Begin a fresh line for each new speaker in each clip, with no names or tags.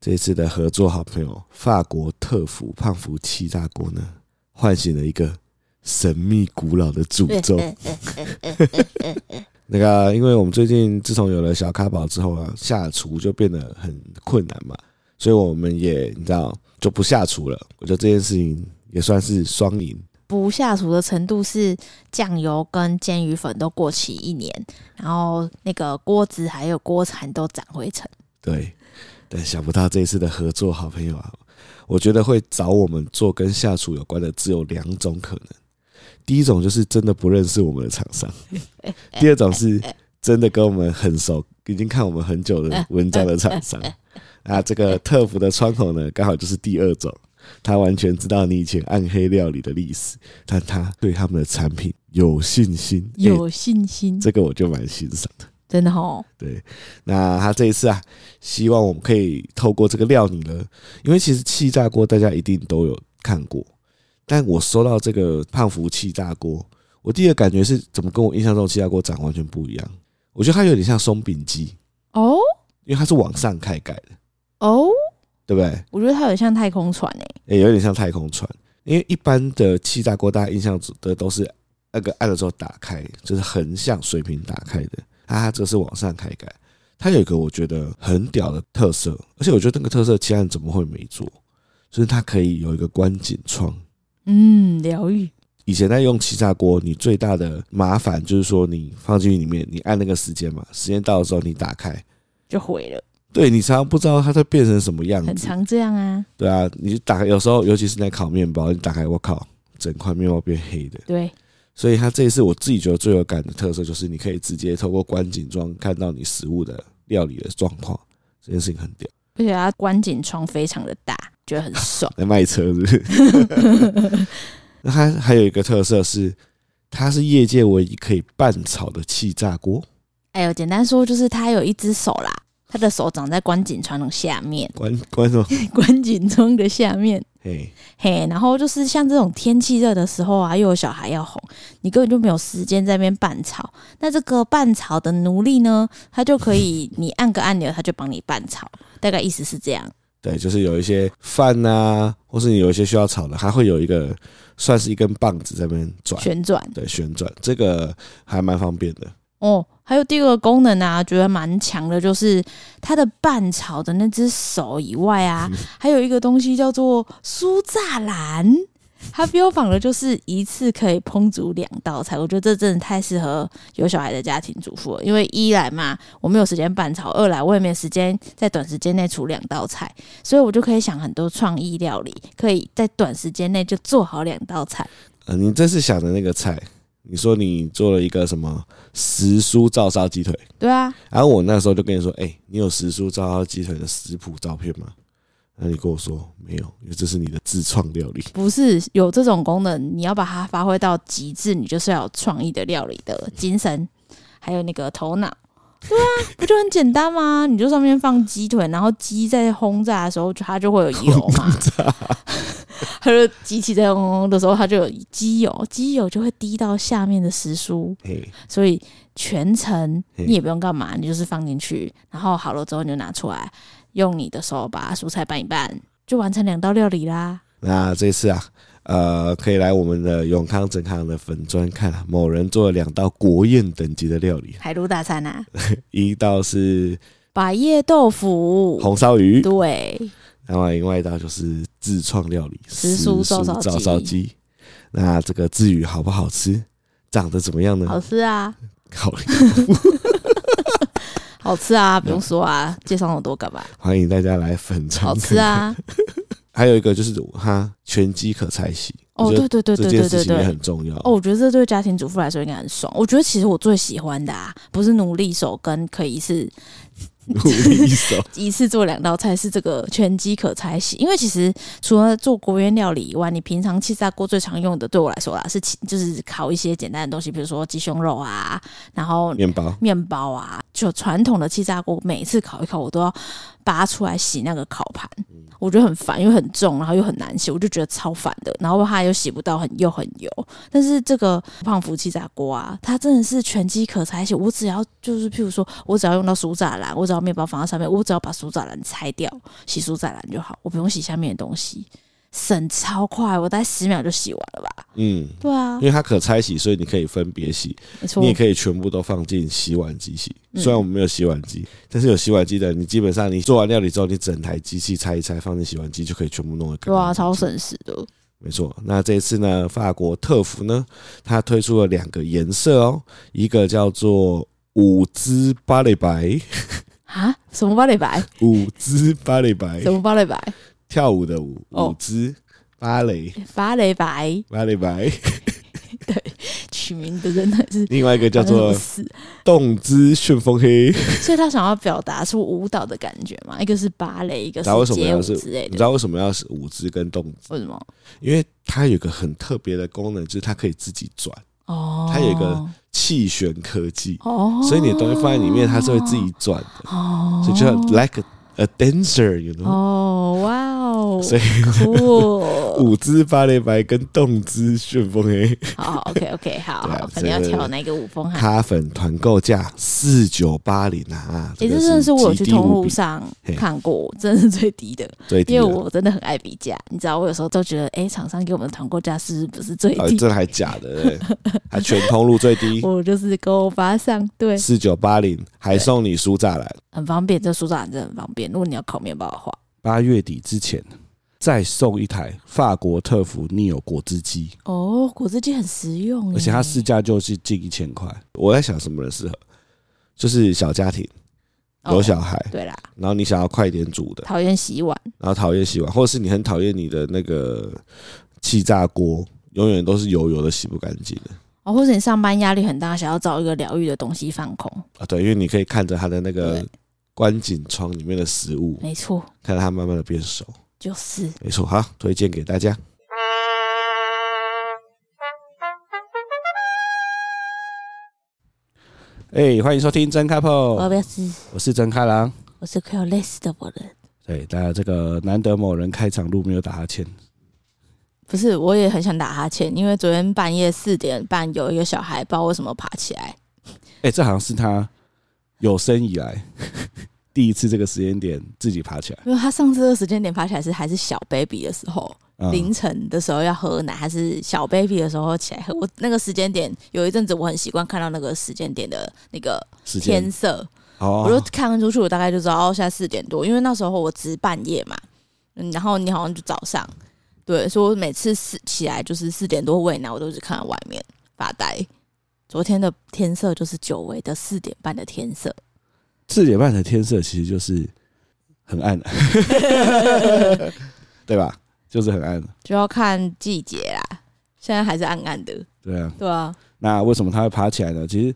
这次的合作好朋友法国特服胖福七大国呢，唤醒了一个神秘古老的诅咒。那个，因为我们最近自从有了小咖宝之后啊，下厨就变得很困难嘛，所以我们也你知道就不下厨了。我觉得这件事情也算是双赢。
不下厨的程度是酱油跟煎鱼粉都过期一年，然后那个锅子还有锅铲都长灰尘。
对，但想不到这一次的合作好朋友啊，我觉得会找我们做跟下厨有关的只有两种可能。第一种就是真的不认识我们的厂商，第二种是真的跟我们很熟，已经看我们很久的文章的厂商。啊，这个特服的窗口呢，刚好就是第二种，他完全知道你以前暗黑料理的历史，但他对他们的产品有信心。欸
有信心，
这个我就蛮欣赏的。
真的哦，
对，那他这一次啊，希望我们可以透过这个料理呢，因为其实气炸锅大家一定都有看过，但我收到这个胖福气炸锅，我第一个感觉是怎么跟我印象中的气炸锅长完全不一样？我觉得它有点像松饼机，
哦
因为它是往上开盖的，
哦，
对不对？
我觉得它有像太空船诶、
也有点像太空船，因为一般的气炸锅，大家印象中的都是那个按了之后打开，就是横向水平打开的，它这个是往上开盖。它有一个我觉得很屌的特色，而且我觉得那个特色其他人怎么会没做？就是它可以有一个观景窗。
嗯，疗愈，
以前在用气炸锅，你最大的麻烦就是说你放进去里面，你按那个时间嘛，时间到的时候你打开，
就毁了，
对你常常不知道它会变成什么样
很
子。
常这样啊。
对啊，你打开有时候，尤其是在烤面包，你打开我靠，整块面包变黑的。
对，
所以它这一次我自己觉得最有感的特色，就是你可以直接透过观景窗看到你食物的料理的状况，这件事情很屌。。
而且它观景窗非常的大，觉得很爽
在卖车是不是？ 那它还有一个特色是，它是业界唯一可以拌炒的气炸锅。
哎呦，简单说就是它有一只手啦，它的手长在观景窗的下面，
关关什么？
观景窗的下面。
嘿，
嘿，然后就是像这种天气热的时候啊，又有小孩要哄，你根本就没有时间在那边拌炒。那这个拌炒的奴隶呢，他就可以你按个按钮，他就帮你拌炒，大概意思是这样。
对，就是有一些饭啊，或是你有一些需要炒的，它会有一个算是一根棒子在那边转，
旋转
对，旋转，这个还蛮方便的。
哦，还有第二个功能啊，觉得蛮强的，就是它的拌炒的那只手以外啊，还有一个东西叫做酥栅栏。它标榜的就是一次可以烹煮两道菜，我觉得这真的太适合有小孩的家庭主妇了。因为一来嘛，我没有时间拌炒；二来我也没时间在短时间内煮两道菜，所以我就可以想很多创意料理，可以在短时间内就做好两道菜。
呃，你这次想的那个菜，你说你做了一个什么时蔬照烧鸡腿，
对啊，
然后我那时候就跟你说，哎、你有时蔬照烧鸡腿的食谱照片吗？那你跟我说没有，因为这是你的自创料理。
不是有这种功能，你要把它发挥到极致，你就是要有创意的料理的精神，还有那个头脑。对啊，不就很简单吗？你就上面放鸡腿，然后鸡在轰炸的时候，它就会有油嘛。它就机器在轰轰的时候，它就有鸡油，鸡油就会滴到下面的食蔬，
嘿，
所以全程
嘿
你也不用干嘛，你就是放进去，然后好了之后你就拿出来，用你的手把蔬菜拌一拌，就完成两道料理啦。
那这次啊，呃，可以来我们的永康整康的粉砖看、啊，某人做了两道国宴等级的料理，
海陆大餐啊！
一道是
百叶豆腐，
红烧鱼，
对，
然后另外一道就是自创料理
时蔬照烧鸡
照烧鸡。那这个至于好不好吃，长得怎么样呢？
好吃啊，
好，
好吃
嗯
啊，不用说啊，介绍那么多 干嘛？
欢迎大家来粉肠。
好 吃！啊！
还有一个就是它全鸡可拆洗，
哦，
我觉得
对对对
这
对
件
对
事
对
情也
对。
很重要。
哦，我觉得这对家庭主妇来说应该很爽。我觉得其实我最喜欢的啊，不是努力手跟可以是
努力一 手，
一次做两道菜，是这个全鸡可拆洗。因为其实除了做国宴料理以外，你平常气炸锅最常用的，对我来说啦，是啊其就是烤一些简单的东西，比如说鸡胸肉啊，然后
面包
面包啊，就传统的气炸锅，每次烤一烤，我都要拔出来洗那个烤盘，我觉得很烦，因为很重，然后又很难洗，我就觉得超烦的。然后它又洗不到，很又很油。但是这个胖福气炸锅啊，它真的是全机可拆洗，我只要就是譬如说，我只要用到苏栅栏，我只要面包放在上面，我只要把苏栅栏拆掉，洗苏栅栏就好，我不用洗下面的东西，省超快，我大概十秒就洗完了吧？
嗯，
对啊
因，为它可拆洗，所以你可以分别洗，
没错
你，也可以全部都放进洗碗机洗。
嗯
虽然我们没有洗碗机，但是有洗碗机的，你基本上你做完料理之后，你整台机器拆一拆，放进洗碗机就可以全部弄得干
对
干
啊，
净净
超省时的。
没错，那这一次呢，法国特服呢，它推出了两个颜色哦，一个叫做五姿芭蕾白，
啊？什么芭蕾白？
五姿芭蕾 白
什，么芭蕾白？
跳舞的舞，
哦
五姿芭 蕾
芭蕾白
芭蕾白，
取名的真的是
另外一个叫
好像
做
不是
动姿旋风黑。
所以他想要表达出舞蹈的感觉嘛？一个是芭蕾，一个
然后为什
是
么
街
要
舞
是
之类
你
的
知。道为什么要是五姿跟动姿？
为什么？
因为它有一个很特别的功能，就是它可以自己转
哦，
它有一个气旋科技，
哦，
所以你的东西放在里面，它是会自己转的，
哦，
所以就像 like a, a dancer，you know。
哦，哇哦，
所以
酷。
舞姿芭蕾白跟动姿旋风黑，
好，OK OK，好，
对啊
好看你要
这个
跳哪个舞风哈？
咖粉团购价四九八零啊！
诶，
个
这真的是我有去
极低
通
无
路
比
上
嘿
看过，真的是最低的。
最低哦
因
了
为，我真的很爱比价，你知道，我有时候都觉得，哎、厂商给我们的团购价是不是最
到底
低？
真的还假的？对不 对还全通路最低
我就是勾发上，对，
四九八零，还送你酥炸篮。
很方便，这苏打真的很方便。如果你要烤面包的话，
八月底之前再送一台法国特服 Neo 果汁机，
哦，果汁机很实用耶，
而且它市价就是近一千块。我在想什么人适合，就是小家庭有小
哦、
孩，
对啦，
然后你想要快一点煮的，
讨厌洗碗，
然后讨厌洗碗，或者是你很讨厌你的那个气炸锅，永远都是油油的，洗不干净的
哦，或者你上班压力很大，想要找一个疗愈的东西放空，
啊。对，因为你可以看着它的那个
对
观景窗里面的食物，
没错，
看着它慢慢的变熟。
就是
没错，好，推荐给大家。哎、欢迎收听真开
我
p
不要吃，
我是真开郎。
我是快要累死的我人。
对，大家这个难得某人开场录没有打哈欠，
不是，我也很想打哈欠，因为昨天半夜四点半有一个小孩不知道为什么爬起来，
哎、这好像是他有生以来 第一次这个时间点自己爬起来。
因为他上次这个时间点爬起来是还是小 baby 的时候，
嗯
凌晨的时候要喝奶，还是小 baby 的时候起来喝？我那个时间点有一阵子我很习惯看到那个时间点的那个
时间
天色，
哦，
我就看出去，我大概就知道哦，现在四点多，因为那时候我值半夜嘛，嗯，然后你好像就早上，对，所以我每次四起来就是四点多喂奶，我都只看到外面发呆。昨天的天色就是久违的四点半的天色，
四点半的天色其实就是很暗， 对吧？就是很暗，
就要看季节啦。现在还是暗暗的，
对啊。
对啊，
那为什么它会爬起来呢？其实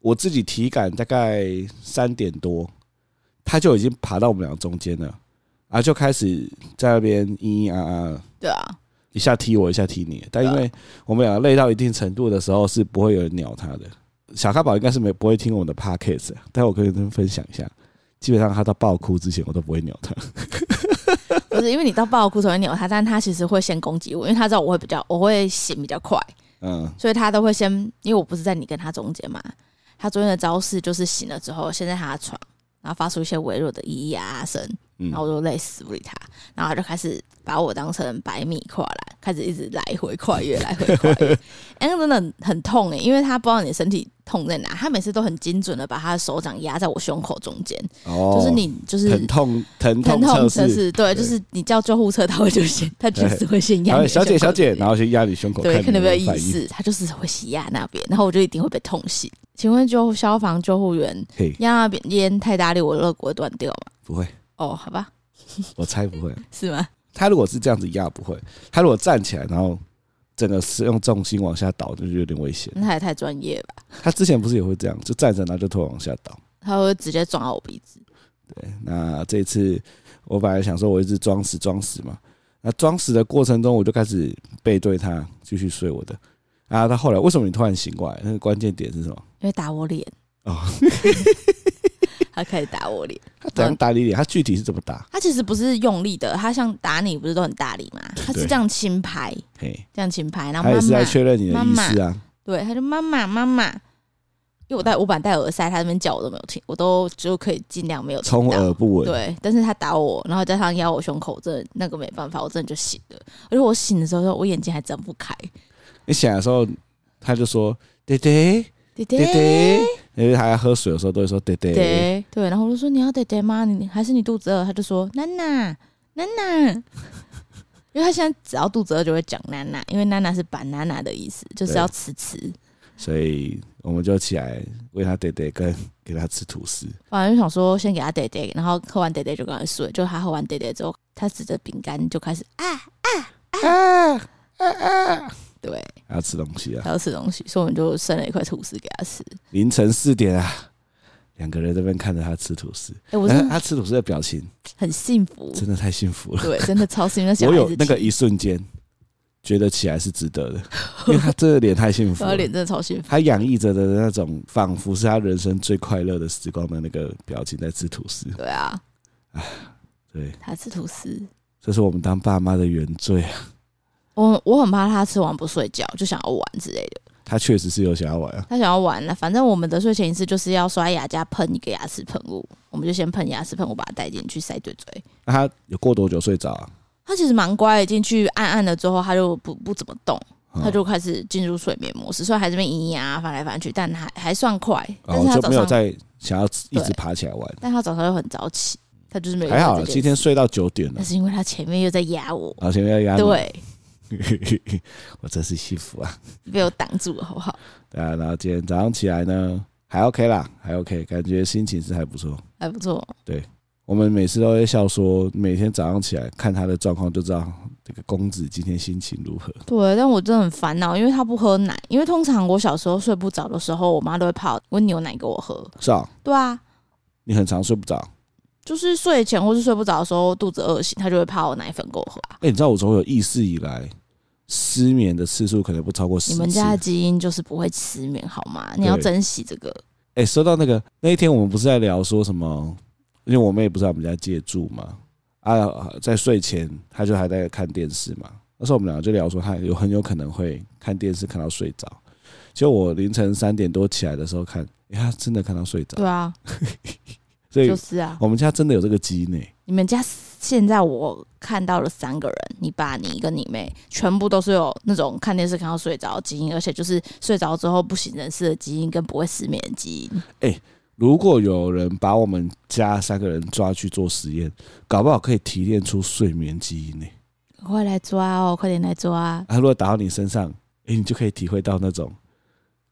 我自己体感大概三点多，它就已经爬到我们俩中间了，啊，就开始在那边咿咿啊啊了。
对啊，
一下踢我，一下踢你。但因为我们两个累到一定程度的时候，是不会有人鸟他的。小咖宝应该是没不会听我们的 podcast，但我可以跟分享一下，基本上他到爆哭之前，我都不会鸟他。
不是因为你到爆哭才会扭他，但他其实会先攻击我，因为他知道我会比较，我会醒比较快，
嗯，
所以他都会先，因为我不是在你跟他中间嘛，他昨天的招式就是醒了之后，先在他的床，然后发出一些微弱的咿咿呀呀声，
嗯
然后我就累死不理他，然后他就开始把我当成百米跨栏，开始一直来回跨越，来回跨越， 哎、那真的很很痛哎、因为他不知道你的身体痛在哪，他每次都很精准的把他的手掌压在我胸口中间，
哦
就是你就是
疼痛疼痛
疼痛
测
测
试，
试，对，
对
就是你叫救护车，他会就先，他就是会先压
然
你
后
的
哎小姐
胸口
小姐，
对
然后去压你胸口，
对，
看
看
你
有
有
没有意
反应。
识，他就是会洗压那边，然后我就一定会被痛醒。请问救消防救护员
嘿，
压那边烟太大力，我肋骨会断掉吗？
不会，
哦，好吧，
我猜不会。
是吗？
他如果是这样子压，不会。他如果站起来，然后整个是用重心往下倒，就是有点危险。
那他也太专业了吧？
他之前不是也会这样，就站着，然后就突然往下倒。
他会直接撞到我鼻子。
那这一次我本来想说我一直装死装死嘛，那装死的过程中我就开始背对他继续睡我的。啊，到后来为什么你突然醒过来？那个关键点是什么？
因为打我脸，
哦，
他开始打我脸。
他怎样打你脸？他具体是怎么打？
他其实不是用力的，他像打你不是都很大力嘛？他是
对
这样轻拍，
嘿，
这样轻拍，然后
他也
妈
是
妈
在确认你的意思啊。
对，他就妈妈妈妈，因为我戴
嗯
我板戴耳塞，他在那边叫我都没有听，我都就可以尽量没有
充
听到。
耳不闻，
对，但是他打我，然后加上压我胸口，真的那个没办法，我真的就醒了。而且我醒的时候，我眼睛还睁不开。
你醒来的时候，他就说“爹爹
爹
爹
爹
爹”，因为他要喝水的时候都会说“爹爹
爹，对，然后我就说你要爹爹吗？你还是你肚子饿？他就说娜娜娜娜， 因为他现在只要肚子饿就会讲娜娜，因为娜娜是 banana 的意思，就是
对
要吃吃。”，
所以我们就起来喂他爹爹，跟给他吃吐司。
反正就想说先给他爹爹，然后喝完爹爹就赶快睡。就他喝完爹爹之后，他指着饼干就开始啊啊啊啊啊！对，
还要吃东西啊！
他要吃东西，所以我们就剩了一块吐司给他吃。
凌晨四点啊，两个人在那边看着他吃吐司，
哎、我
但是
真的
他吃吐司的表情
很幸福，
真的太幸福了。
对，真的超幸运。那小
我
孩
有
子
那个
气
一瞬间觉得起来是值得的， 因为他这个脸太幸福
他的
了，
脸真的超幸福。
他洋溢着的那种仿佛是他人生最快乐的时光的那个表情在吃吐司。
对啊，
对，
他吃吐司。
这是我们当爸妈的原罪啊！
我我很怕他吃完不睡觉，就想要玩之类的。
他确实是有想要玩啊，
他想要玩了，反正我们的睡前仪式就是要刷牙加喷一个牙齿喷雾，我们就先喷牙齿喷雾，把它带进去塞嘴嘴。
那他有过多久睡着啊？
他其实蛮乖的，进去按按了之后，他就不不怎么动，
嗯
他就开始进入睡眠模式。虽然还这边咿呀翻来翻去，但还还算快。但是
哦
他
就
早
没有
上，
再想要一直
对
爬起来玩，
但他早上又很早起，他就是没有
还好
做
啦
这件
今天
事
睡到九点了
那。是因为他前面又在压我，
然后前面要压你，
对，
我真是幸福啊！
被我挡住了，好不好？
对啊，然后今天早上起来呢，还 OK 啦，还 OK，感觉心情是还不错。
还不错，
我们每次都会笑说，每天早上起来看他的状况，就知道这个公子今天心情如何。
对，但我真的很烦恼，因为他不喝奶。因为通常我小时候睡不着的时候，我妈都会泡温牛奶给我喝。
是啊，
对啊，
你很常睡不着。
就是睡前或是睡不着的时候，肚子饿醒，她就会泡奶粉给我喝啊。
哎、你知道我从有意识以来，失眠的次数可能不超过十
你
次。
们家的基因就是不会失眠，好吗？你要
对
珍惜这个。
哎、说到那个那一天，我们不是在聊说什么？因为我妹不是在我们家借住嘛，啊，在睡前她就还在看电视嘛。那时候我们两个就聊说，她有很有可能会看电视看到睡着。结果我凌晨三点多起来的时候看，哎、她真的看到睡着。
对啊，
所以
就是啊。
我们家真的有这个基因呢、
你们家现在我看到了三个人，你爸、你跟你妹，全部都是有那种看电视看到睡着的基因，而且就是睡着之后不省人事的基因，跟不会失眠的基因。
如果有人把我们家三个人抓去做实验，搞不好可以提炼出睡眠基因呢、
快来抓哦！快点来抓！
啊，如果打到你身上，哎、你就可以体会到那种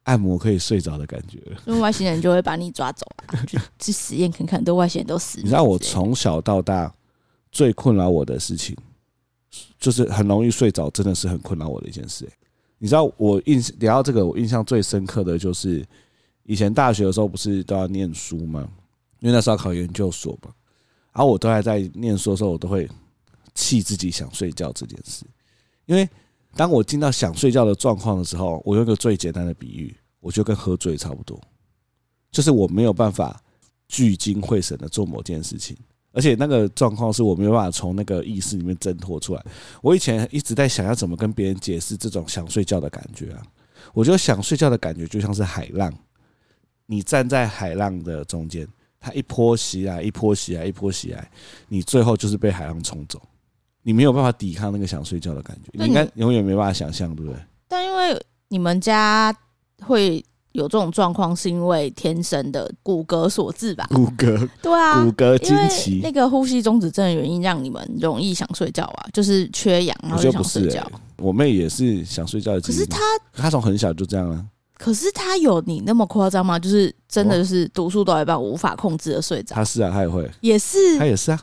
按摩可以睡着的感觉了。
因为外星人就会把你抓走啊，就去实验看看，对外星人都死。
你知道我从小到大最困扰我的事情，就是很容易睡着，真的是很困扰我的一件事、欸你知道我印聊到这个，我印象最深刻的就是以前大学的时候不是都要念书吗？因为那时候要考研究所嘛，然后我都还在念书的时候，我都会气自己想睡觉这件事，因为当我进到想睡觉的状况的时候，我用一个最简单的比喻，我觉得跟喝醉差不多，就是我没有办法聚精会神的做某件事情，而且那个状况是我没有办法从那个意识里面挣脱出来。我以前一直在想要怎么跟别人解释这种想睡觉的感觉啊，我觉得想睡觉的感觉就像是海浪，你站在海浪的中间，它一波袭来，一波袭来，一波袭来，你最后就是被海浪冲走。你没有办法抵抗那个想睡觉的感觉，你
那
应
你
该永远没办法想象，对不 对？
但因为你们家会有这种状况，是因为天生的骨骼所致吧？
骨骼
对啊，
骨骼
因
惊
为
奇，
那个呼吸中止症的原因，让你们容易想睡觉啊，就是缺氧，然
我
后
觉
就
得
想
不是、
睡觉。
欸，我妹也是想睡觉的基因啊。
可是他，
她从很小就这样啊，
可是他有你那么夸张吗？就是真的是读书到一半无法控制的睡着，
她是啊，她也会，
也嗯是
她。也是啊。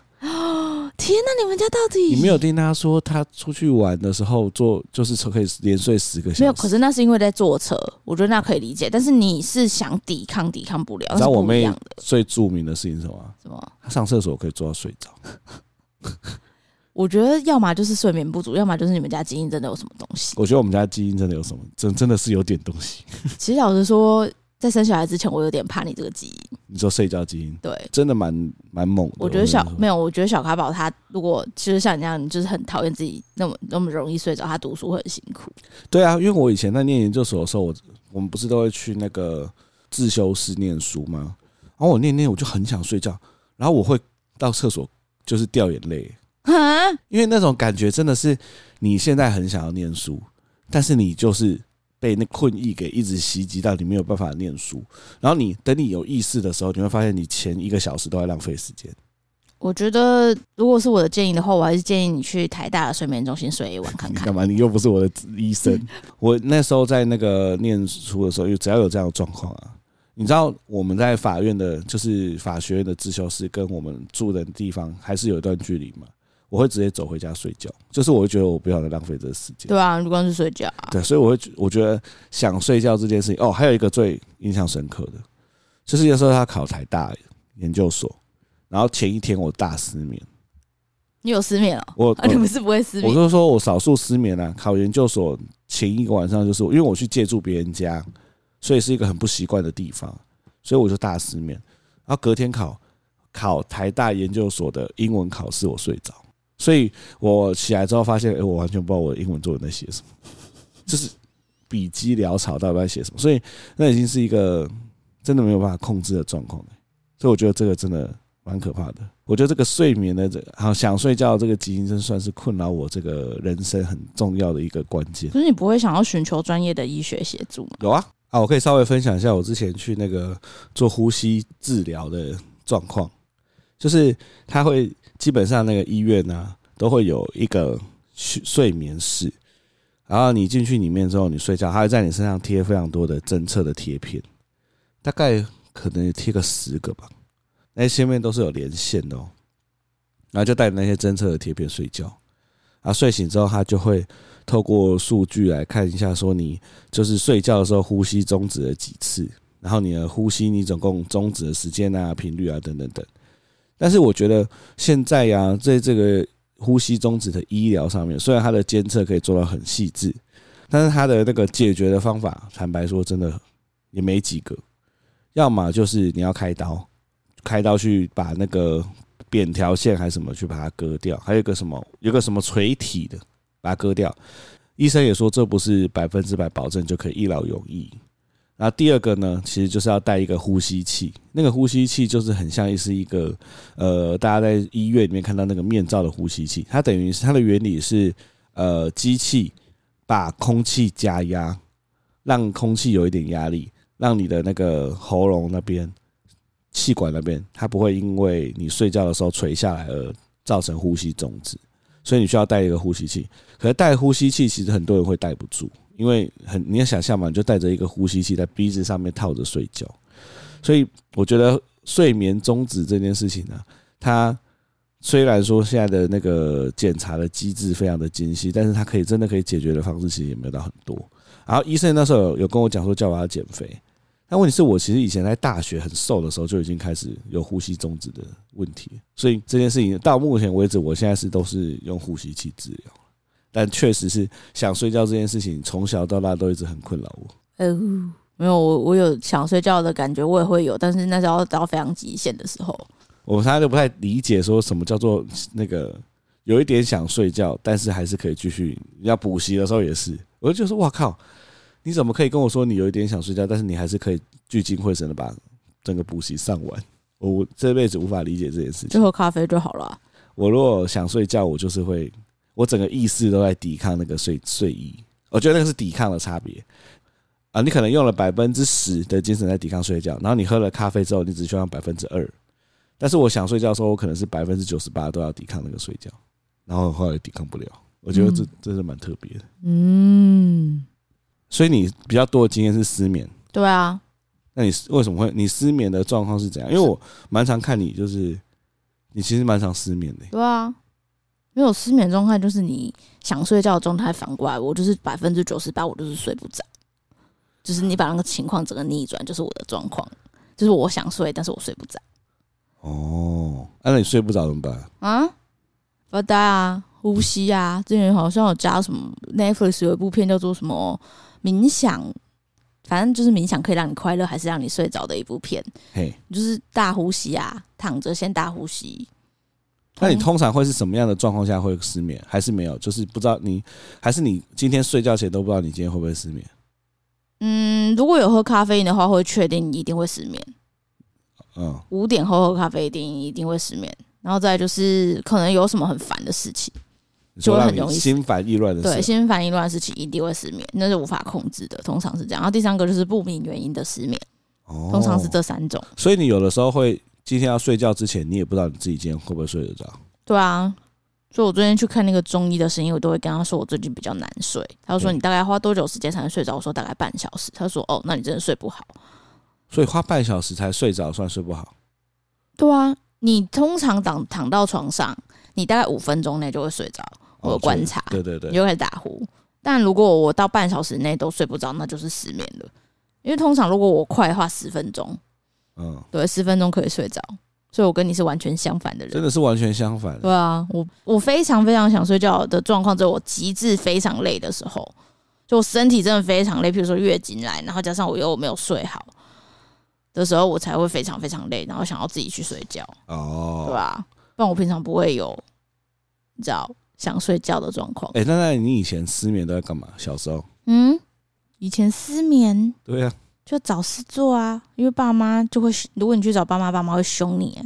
天哪，你们家到底
你没有听她说，她出去玩的时候做就是可以连睡十个小时。
没有，可是那是因为在坐车，我觉得那可以理解。但是你是想抵抗，抵抗不了，
你知道
那
我
是不一
妹
样的，
最著名的事情是什么啊？
是吗？
她上厕所可以做到睡着。
我觉得要么就是睡眠不足，要么就是你们家基因真的有什么东西。
我觉得我们家基因真的有什么，真真的是有点东西。
其实老实说，在生小孩之前，我有点怕你这个基因。
你说睡觉基因
对，
真的蛮蛮猛的。
我觉得小没
有，
有，我觉得小卡宝他如果其实像你这样，你就是很讨厌自己那么那么容易睡着，他读书会很辛苦。
对啊，因为我以前在念研究所的时候，我我们不是都会去那个自修室念书吗？然后我念念，我就很想睡觉，然后我会到厕所就是掉眼泪，
啊，
因为那种感觉真的是你现在很想要念书，但是你就是被那困意给一直袭击到，你没有办法念书。然后你等你有意识的时候，你会发现你前一个小时都在浪费时间。
我觉得如果是我的建议的话，我还是建议你去台大的睡眠中心睡一晚 看
你
看
干。嘛？你又不是我的医生。 我那时候在那个念书的时候，有只要有这样的状况啊，你知道我们在法院的，就是法学院的自修室，跟我们住的地方还是有一段距离嘛。我会直接走回家睡觉，就是我会觉得我不想再浪费这个时间。
对啊，你光是睡觉啊。
对，所以我会觉我觉得想睡觉这件事情，哦，还有一个最印象深刻的，就是那时候他考台大研究所，然后前一天我大失眠，
你有失眠哦？
我
啊， 你不是不会失
我
眠？
就说我少数失眠啊，考研究所前一个晚上就是因为我去借住别人家，所以是一个很不习惯的地方，所以我就大失眠，然后隔天考考台大研究所的英文考试，我睡着，所以我起来之后发现，哎、我完全不知道我的英文作文在写什么，就是笔迹潦草，到底在写什么，所以那已经是一个真的没有办法控制的状况了，所以我觉得这个真的蛮可怕的。我觉得这个睡眠的这个好想睡觉这个基因，真算是困扰我这个人生很重要的一个关键。
可是你不会想要寻求专业的医学协助吗？
有啊啊，我可以稍微分享一下我之前去那个做呼吸治疗的状况，就是他会基本上那个医院呢、都会有一个睡睡眠室，然后你进去里面之后你睡觉，他会在你身上贴非常多的侦测的贴片，大概可能贴个十个吧，那些贴片都是有连线的哦，然后就带着那些侦测的贴片睡觉，啊，睡醒之后他就会透过数据来看一下说你。就是睡觉的时候呼吸终止了几次，然后你的呼吸你总共终止的时间啊、频率啊等等等。但是我觉得现在呀、在这个呼吸终止的医疗上面，虽然它的监测可以做到很细致，但是它的那个解决的方法，坦白说真的也没几个。要么就是你要开刀，开刀去把那个扁条线还是什么去把它割掉，还有一个什么，有个什么垂体的把它割掉。医生也说这不是百分之百保证就可以一劳永逸。然后第二个呢，其实就是要带一个呼吸器，那个呼吸器就是很像是一个呃，大家在医院里面看到那个面罩的呼吸器，它等于是它的原理是呃，机器把空气加压，让空气有一点压力，让你的那个喉咙那边、气管那边，它不会因为你睡觉的时候垂下来而造成呼吸终止，所以你需要带一个呼吸器。可是戴呼吸器，其实很多人会戴不住，因为很你要想象嘛，你就带着一个呼吸器在鼻子上面套着睡觉，所以我觉得睡眠终止这件事情呢、它虽然说现在的那个检查的机制非常的精细，但是它可以真的可以解决的方式其实也没有到很多。然后医生那时候有有跟我讲说叫我要减肥，但问题是我其实以前在大学很瘦的时候就已经开始有呼吸终止的问题，所以这件事情到目前为止，我现在是都是用呼吸器治疗。但确实是想睡觉这件事情，从小到大都一直很困扰我。
呃，没有，我我有想睡觉的感觉，我也会有，但是那时候到非常极限的时候，
我常常就不太理解，说什么叫做那个有一点想睡觉，但是还是可以继续。要补习的时候也是，我就觉得说哇靠，你怎么可以跟我说你有一点想睡觉，但是你还是可以聚精会神的把整个补习上完？我这辈子无法理解这件事
就
情。
喝咖啡就好了。啊
我如果想睡觉，我就是会，我整个意识都在抵抗那个睡睡意。我觉得那个是抵抗的差别啊！你可能用了百分之十的精神在抵抗睡觉，然后你喝了咖啡之后，你只需要用百分之二。但是我想睡觉的时候，我可能是百分之九十八都要抵抗那个睡觉，然后后来抵抗不了。我觉得这
嗯
真的蛮特别的。
嗯，
所以你比较多的经验是失眠，
对啊，
那你为什么会你失眠的状况是怎样？因为我蛮常看你，就是你其实蛮常失眠的、
对啊，没有失眠状态就是你想睡觉的状态，反过来我就是百分之九十八，我就是睡不着，就是你把那个情况整个逆转，就是我的状况，就是我想睡，但是我睡不着
哦，啊那你睡不着怎么办？
啊，发呆啊，呼吸啊，之前好像有加什么 Netflix 有一部片叫做什么冥想反正就是冥想可以让你快乐还是让你睡着的一部片，
嘿，
你就是大呼吸啊，躺着先大呼吸。
那你通常会是什么样的状况下会失眠？还是没有？就是不知道你，还是你今天睡觉前都不知道你今天会不会失眠？
嗯，如果有喝咖啡因的话，会确定你一定会失眠。
嗯，
五点后喝咖啡一定一定会失眠，然后再来就是可能有什么很烦的事情，
你说
就会
让
很
你
容易
心烦意乱的
对，
事，
心烦意乱的事情一定会失眠，那是无法控制的，通常是这样。然后第三个就是不明原因的失眠，
哦
通常是这三种。
所以你有的时候会今天要睡觉之前，你也不知道你自己今天会不会睡得着。
对啊，所以我昨天去看那个中医的声音，我都会跟他说我最近比较难睡。他就说
嗯
你大概花多久时间才能睡着？我说大概半小时。他说哦，那你真的睡不好。
所以花半小时才睡着，算睡不好。
对啊，你通常躺躺到床上，你大概五分钟内就会睡着，我有
哦
观察
对对对
你，就开始打呼。但如果我到半小时内都睡不着，那就是失眠了。因为通常如果我快的话，十分钟，
嗯，
对，十分钟可以睡着。所以我跟你是完全相反的人
真。的是完全相反。
对啊，我我非常非常想睡觉的状况，只有我极致非常累的时候，就我身体真的非常累，譬如说月经来，然后加上我又没有睡好的时候，我才会非常非常累，然后想要自己去睡觉，对啊
哦，
吧、不然我平常不会有，你知道想睡觉的状况。
哎、那那你以前失眠都在干嘛？小时候？
嗯，以前失眠
对啊呀、
就找事做啊，因为爸妈就会，如果你去找爸妈，爸妈会凶你。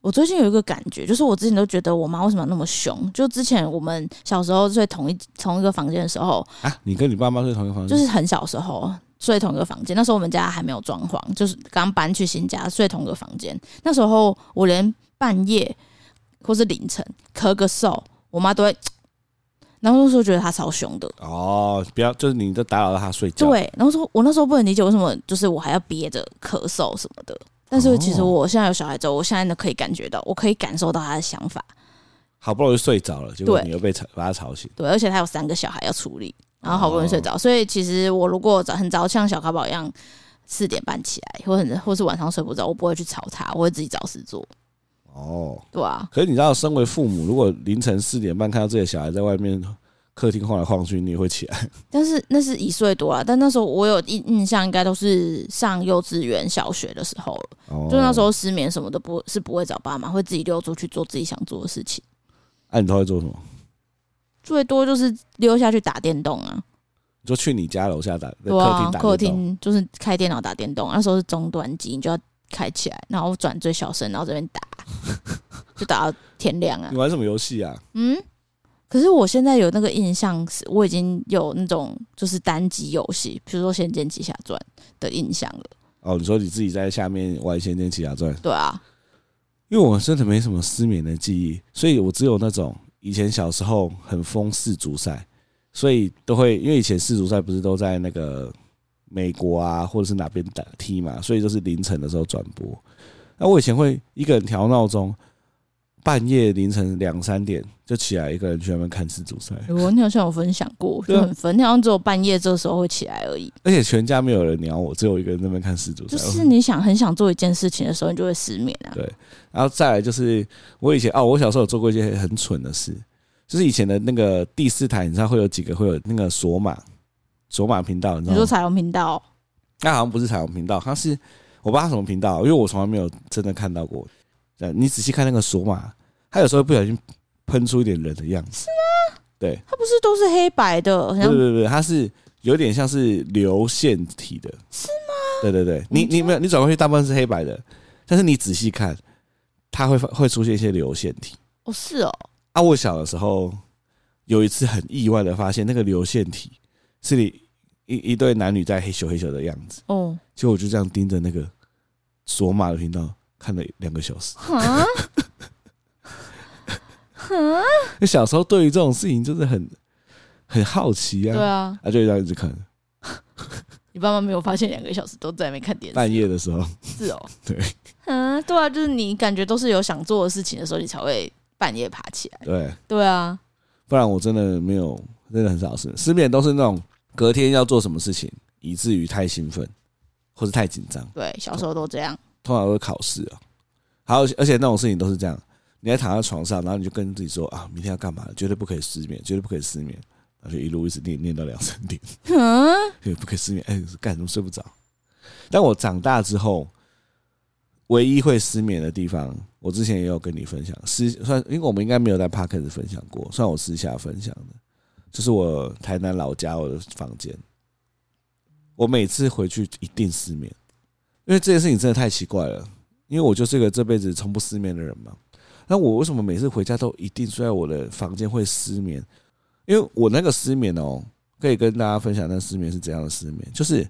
我最近有一个感觉，就是我之前都觉得我妈为什么那么凶？就之前我们小时候睡同一同一个房间的时候，
啊，你跟你爸妈睡同一个房
就
间，
是很小时候睡同一个房间。那时候我们家还没有装潢，就是刚搬去新家，睡同一个房间。那时候我连半夜或是凌晨咳个嗽，我妈都会，然后那时候觉得她超凶的。
哦，不要，就是你都打扰到他睡觉。，
对，然后说我那时候不能理解为什么，就是我还要憋着咳嗽什么的。但是其实
哦
我现在有小孩之后，我现在呢可以感觉到，我可以感受到他的想法。
好不容易睡着了，结果
对
你又被吵，把他吵醒。
对，而且他有三个小孩要处理，然后好不容易睡
哦
着，所以其实我如果早很早像小卡宝一样四点半起来，或很或是晚上睡不着，我不会去吵他，我会自己找事做。
哦，
对啊，
可是你知道，身为父母，如果凌晨四点半看到自己的小孩在外面客厅晃来晃去，你也会起来。
但是那是一岁多了，但那时候我有印印象，应该都是上幼稚园、小学的时候了。
哦，
就那时，候失眠什么的不是不会找爸妈，会自己溜出去做自己想做的事情。
那、啊你都会做什么？
最多就是溜下去打电动啊，
你就去你家楼下打，在
对
客
啊
厅，打
客
电动
厅就是开电脑打电动，那时候是终端机，你就要开起来，然后转最小声，然后 这边打，就打到天亮啊
你。玩什么游戏啊？
嗯，可是我现在有那个印象是，我已经有那种就是单机游戏，比如说《仙剑奇侠传》的印象了。
哦，你说你自己在下面玩《仙剑奇侠传》，
对 啊，
因为我真的没什么失眠的记忆，所以我只有那种以前小时候很疯世足赛，所以都会因为以前世足赛不是都在那个美国啊或者是哪边打踢嘛，所以就是凌晨的时候转播。那我以前会一个人调闹钟，半夜凌晨两三点就起来一个人去那边看世足赛，
我你好像有分享过，
对
就
啊
很烦，你好像只有半夜这个时候会起来而已。
而且全家没有人鸟我，只有我一个人在那边看世足赛。
就是你想很想做一件事情的时候，你就会失眠啊。
然后再来就是我以前哦，我小时候有做过一些很蠢的事，就是以前的那个第四台，你知道会有几个会有那个索马索马频道，你
你
知道
说
吗？
彩虹频道，
那好像不是彩虹频道，它是我不知道它什么频道，因为我从来没有真的看到过。呃你仔细看那个索马，它有时候不小心喷出一点人的样子，是吗？对，
它不是都是黑白的，很
对
像
对对，它是有点像是流线体的，
是
吗？对对对，你你没有你转过去大部分是黑白的，但是你仔细看，它会会出现一些流线体。
哦，是哦，
啊，我小的时候有一次很意外的发现，那个流线体是你一一对男女在嘿咻嘿咻的样子，
哦，
结果我就这样盯着那个索马的频道看了两个小时。
哈，哈，
那小时候对于这种事情就是很很好奇
对
啊，
啊，
啊，就这样一直看，
你爸妈没有发现两个小时都在那边看电
半
视，
夜的时候，
是哦，
对，
嗯，对啊，就是你感觉都是有想做的事情的时候，你才会半夜爬起来，
对，
对啊，
不然我真的没有，真的很少失失眠，都是那种隔天要做什么事情，以至于太兴奋或是太紧张。
对，小时候都这样，
通常都是考试啊。还有，而且那种事情都是这样，你还躺在床上，然后你就跟自己说啊，明天要干嘛？绝对不可以失眠，绝对不可以失眠。他就一路一直念念到两三点，
嗯，
也不可以失眠，哎、干什么睡不着？但我长大之后，唯一会失眠的地方，我之前也有跟你分享，私算因为我们应该没有在 p o d c a s t 分享过，算我私下分享的，就是我台南老家我的房间，我每次回去一定失眠，因为这件事情真的太奇怪了，因为我就是个这辈子从不失眠的人嘛。那我为什么每次回家都一定睡在我的房间会失眠？因为我那个失眠哦，可以跟大家分享，那失眠是怎样的失眠？就是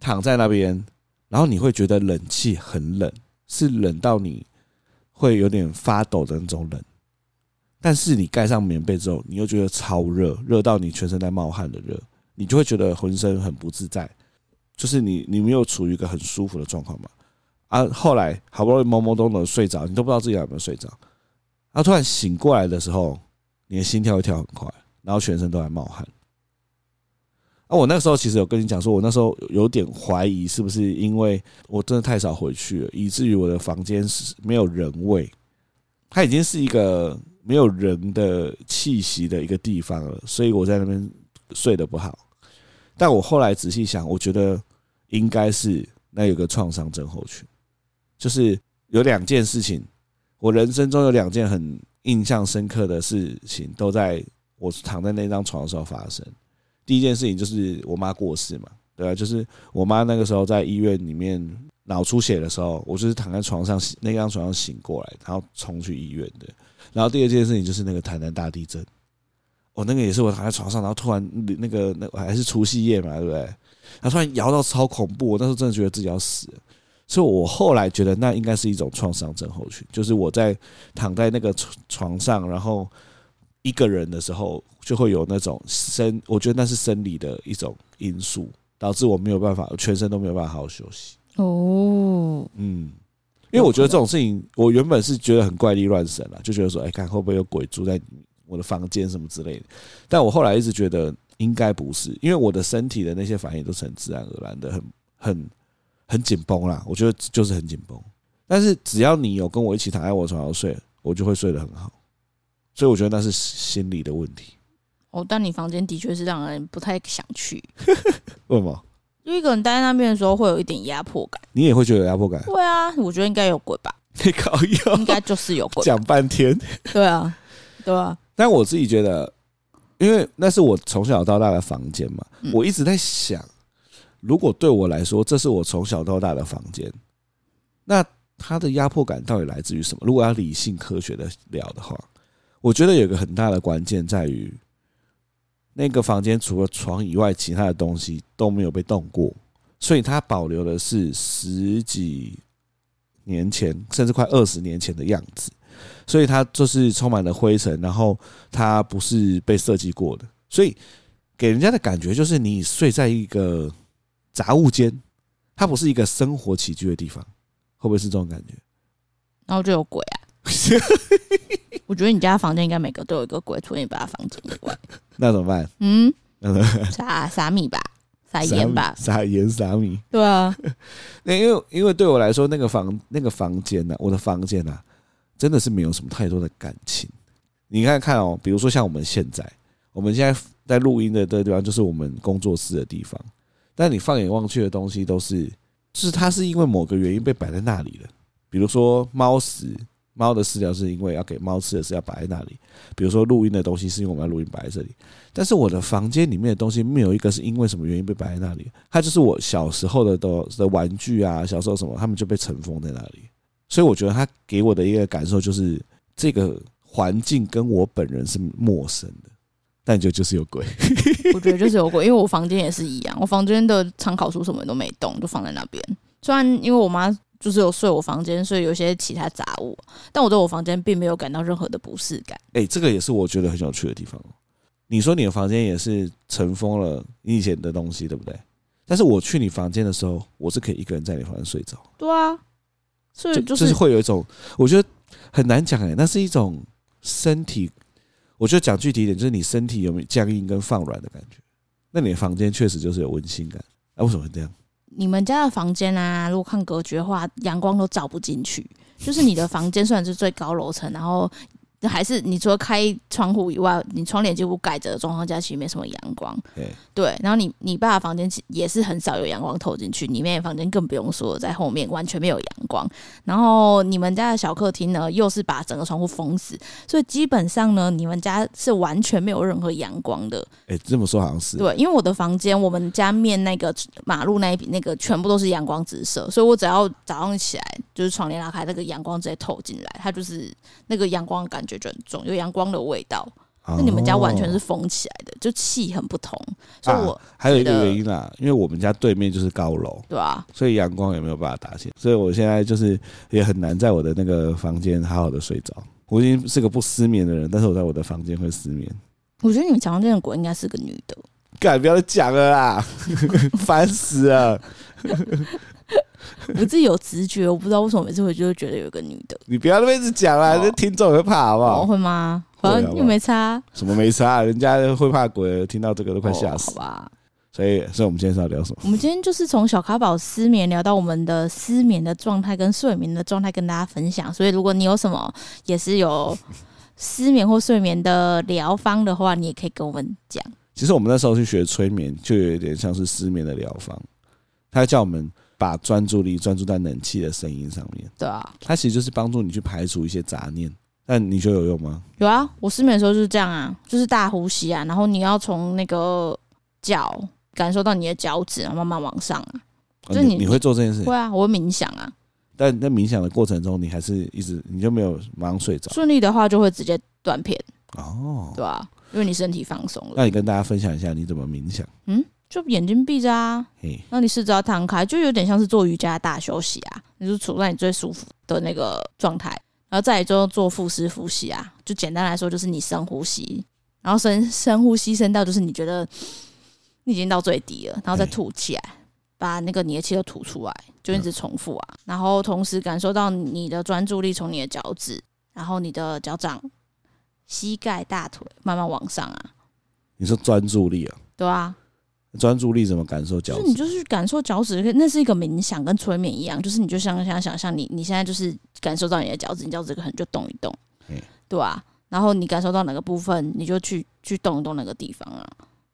躺在那边，然后你会觉得冷气很冷，是冷到你会有点发抖的那种冷。但是你盖上棉被之后，你又觉得超热，热到你全身在冒汗的热，你就会觉得浑身很不自在，就是你你没有处于一个很舒服的状况嘛。啊，后来好不容易懵懵懂懂地睡着，你都不知道自己有没有睡着。然后突然醒过来的时候，你的心跳会跳很快，然后全身都在冒汗。啊，我那时候其实有跟你讲说，我那时候有点怀疑是不是因为我真的太少回去了，以至于我的房间是没有人味，它已经是一个没有人的气息的一个地方了，所以我在那边睡得不好。但我后来仔细想，我觉得应该是那有个创伤症候群，就是有两件事情，我人生中有两件很印象深刻的事情都在我躺在那张床的时候发生。第一件事情就是我妈过世嘛，对啊，就是我妈那个时候在医院里面脑出血的时候，我就是躺在床上那张床上醒过来，然后冲去医院的。然后第二件事情就是那个台南大地震，哦，那个也是我躺在床上，然后突然那个那还是除夕夜嘛，对不对？他突然摇到超恐怖，我那时候真的觉得自己要死了，所以我后来觉得那应该是一种创伤症候群，就是我在躺在那个床床上，然后一个人的时候，就会有那种生，我觉得那是生理的一种因素，导致我没有办法，全身都没有办法好好休息。
哦，
嗯，因为我觉得这种事情，我原本是觉得很怪力乱神了，就觉得说，哎、看会不会有鬼住在我的房间什么之类的。但我后来一直觉得应该不是，因为我的身体的那些反应都是很自然而然的，很很很紧绷啦。我觉得就是很紧绷。但是只要你有跟我一起躺在我床上睡，我就会睡得很好。所以我觉得那是心理的问题。
哦，但你房间的确是让人不太想去，
为什么？
就一个人待在那边的时候会有一点压迫感。
你也会觉得有压迫感？
对啊，我觉得应该有鬼吧，
你搞
应
要
该就是有鬼吧。
讲半天。
对啊，对啊，
但我自己觉得，因为那是我从小到大的房间嘛，
嗯
我一直在想，如果对我来说，这是我从小到大的房间，那它的压迫感到底来自于什么？如果要理性科学的聊的话，我觉得有一个很大的关键在于，那个房间除了床以外，其他的东西都没有被动过，所以它保留的是十几年前，甚至快二十年前的样子。所以它就是充满了灰尘，然后它不是被设计过的，所以给人家的感觉就是你睡在一个杂物间，它不是一个生活起居的地方，会不会是这种感觉？
然后就有鬼啊。我觉得你家房间应该每个都有一个鬼，除了你把它房间以外，
那怎么办？
嗯，
那怎么办
撒撒米吧，撒盐吧，
撒盐撒米。
对啊，
那因为因为对我来说，那个房那个房间呢、我的房间呢、真的是没有什么太多的感情。你看看哦，比如说像我们现在，我们现在在录音的这个地方，就是我们工作室的地方。但你放眼望去的东西都是，就是它是因为某个原因被摆在那里的。比如说猫食，猫的饲料是因为要给猫吃的是要摆在那里；比如说录音的东西是因为我们要录音摆在这里。但是我的房间里面的东西没有一个是因为什么原因被摆在那里，它就是我小时候的的的玩具啊，小时候什么，他们就被尘封在那里。所以我觉得它给我的一个感受就是，这个环境跟我本人是陌生的，但就就是有鬼。
我觉得就是有鬼，因为我房间也是一样，我房间的参考书什么都没动，就放在那边。虽然因为我妈就是有睡我房间，所以有些其他杂物，但我对我房间并没有感到任何的不适感。
哎、这个也是我觉得很有趣的地方哦。你说你的房间也是尘封了你以前的东西，对不对？但是我去你房间的时候，我是可以一个人在你房间睡着。
对啊，所
嗯
以
就
就
就是是会有一种，我觉得很难讲哎、那是一种身体，我觉得讲具体一点，就是你身体有没有僵硬跟放软的感觉？那你的房间确实就是有温馨感，啊，为什么会这样？
你们家的房间啊，如果看格局的话，阳光都照不进去。就是你的房间虽然是最高楼层，然后还是你除了开窗户以外，你窗帘几乎盖着的状况下，其实没什么阳光。
对
对，然后你你爸的房间其也是很少有阳光透进去，里面的房间更不用说了，在后面完全没有阳光。然后你们家的小客厅呢，又是把整个窗户封死，所以基本上呢，你们家是完全没有任何阳光的。
哎、这么说好像是，
对，因为我的房间，我们家面那个马路那一边那个全部都是阳光直射，所以我只要早上起来，就是窗帘拉开，那个阳光直接透进来，它就是那个阳光感觉就很重，有阳光的味道。
哦
那你们家完全是封起来的，就气很不同。所以我，
啊、还有一个
觉得
原因啦，因为我们家对面就是高楼，
对啊，
所以阳光也没有办法打线，所以我现在就是也很难在我的那个房间好好的睡着。我已经是个不失眠的人，但是我在我的房间会失眠。
我觉得你们常见的鬼应该是个女 的。
干，不要再讲了啦， 烦死了！
我自己有直觉，我不知道为什么每次回去都觉得有一个女的。
你不要那么一直讲啦，
哦
这听众会怕好不
哦，
好？
会吗？
会啊
反正又没差，
什么没差，人家会怕鬼，听到这个都快吓
哦
死
好。吧，
所以，所以我们今天是要聊什么？
我们今天就是从小卡宝失眠聊到我们的失眠的状态跟睡眠的状态跟大家分享，所以如果你有什么也是有失眠或睡眠的疗方的话，你也可以跟我们讲。
其实我们那时候去学催眠，就有一点像是失眠的疗方。他叫我们把专注力专注在冷气的声音上面，
对啊，
它其实就是帮助你去排除一些杂念。那你觉得有用吗？
有啊，我失眠的时候就是这样啊，就是大呼吸啊，然后你要从那个脚感受到你的脚趾，然后慢慢往上啊。
哦
就
你
你
你会做这件事，
会啊，我会冥想啊，
但在冥想的过程中，你还是一直你就没有马上睡着
顺利的话就会直接断片，
哦。
对啊，因为你身体放松了，
那你跟大家分享一下你怎么冥想？
嗯，就眼睛闭着啊，
嘿，
那你四肢要摊开，就有点像是做瑜伽大休息啊，你就处在你最舒服的那个状态，然后再来就做腹式呼吸啊，就简单来说就是你深呼吸，然后深 深呼吸深到就是你觉得你已经到最低了，然后再
对
吐起来，把那个你的气都吐出来，就一直重复啊，然后同时感受到你的专注力从你的脚趾，然后你的脚掌、膝盖、大腿慢慢往上啊，
你说专注力啊，
对啊，
专注力怎么感受脚
就是你
趾？
就是感受脚趾，那是一个冥想，跟催眠一样，就是你就想想想象你你现在就是感受到你的脚趾，你脚趾可能就动一动，
嗯
对啊，然后你感受到哪个部分，你就去去动一动那个地方啊，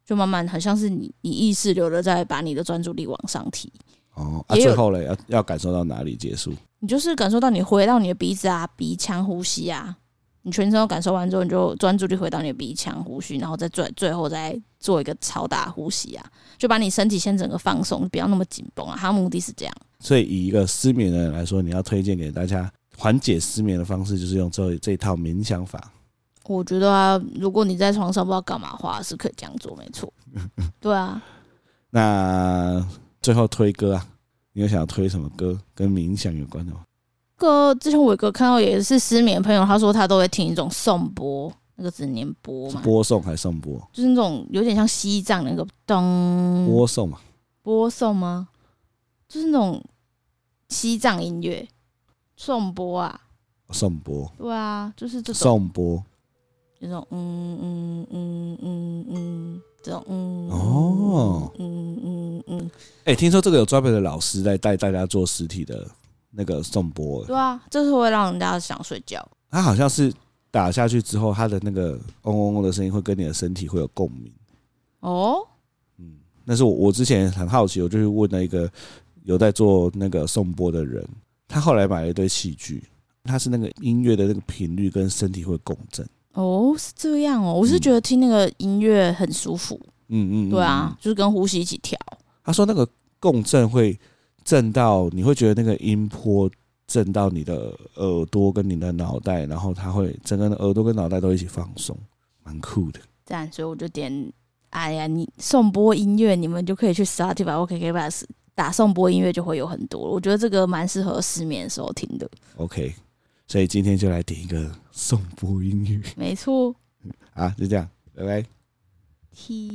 就慢慢很像是你你意识流的在把你的专注力往上提，
哦，啊，
也有
最后嘞，要要感受到哪里结束？
你就是感受到你回到你的鼻子啊、鼻腔呼吸啊，你全身都感受完之后，你就专注力回到你的鼻腔呼吸，然后再最最后再做一个超大呼吸啊，就把你身体先整个放松，不要那么紧绷啊，它目的是这样。
所以，以一个失眠的人来说，你要推荐给大家缓解失眠的方式，就是用这这一套冥想法。
我觉得啊，如果你在床上不知道干嘛的话，是可以这样做，没错。对啊，
那最后推歌啊，你有想要推什么歌跟冥想有关的吗？
哥，之前我有个看到也是失眠的朋友，他说他都会听一种颂钵，那个只念钵
是
嘛，
播送还是送播？
就是那种有点像西藏那个咚
播送嘛，
钵颂吗？就是那种西藏音乐颂钵啊，
送播，
对啊，就是这种
送播。
这种嗯嗯嗯嗯嗯这种嗯
哦
嗯嗯嗯嗯，
哎、听说这个有专门的老师来带大家做实体的那个送播，
对啊，这是会让人家想睡觉。
它好像是打下去之后，它的那个嗡嗡嗡的声音会跟你的身体会有共鸣。
哦，
嗯，但是我我之前很好奇，我就去问了一个有在做那个颂钵的人，他后来买了一堆器具，他是那个音乐的那个频率跟身体会共振。
哦，是这样哦。我是觉得听那个音乐很舒服，
嗯嗯，嗯
对啊，。就是跟呼吸一起跳。
他说那个共振会震到，你会觉得那个音波震到你的耳朵跟你的脑袋，然后它会整个耳朵跟脑袋都一起放松，蛮酷的。
这样，所以我就点，哎呀，你送播音乐，你们就可以去 Spotify 或 KKBox 打送播音乐，就会有很多。我觉得这个蛮适合失眠的时候听的，
OK，所以今天就来点一个颂钵音乐
没错。
啊，就这样，拜拜。
T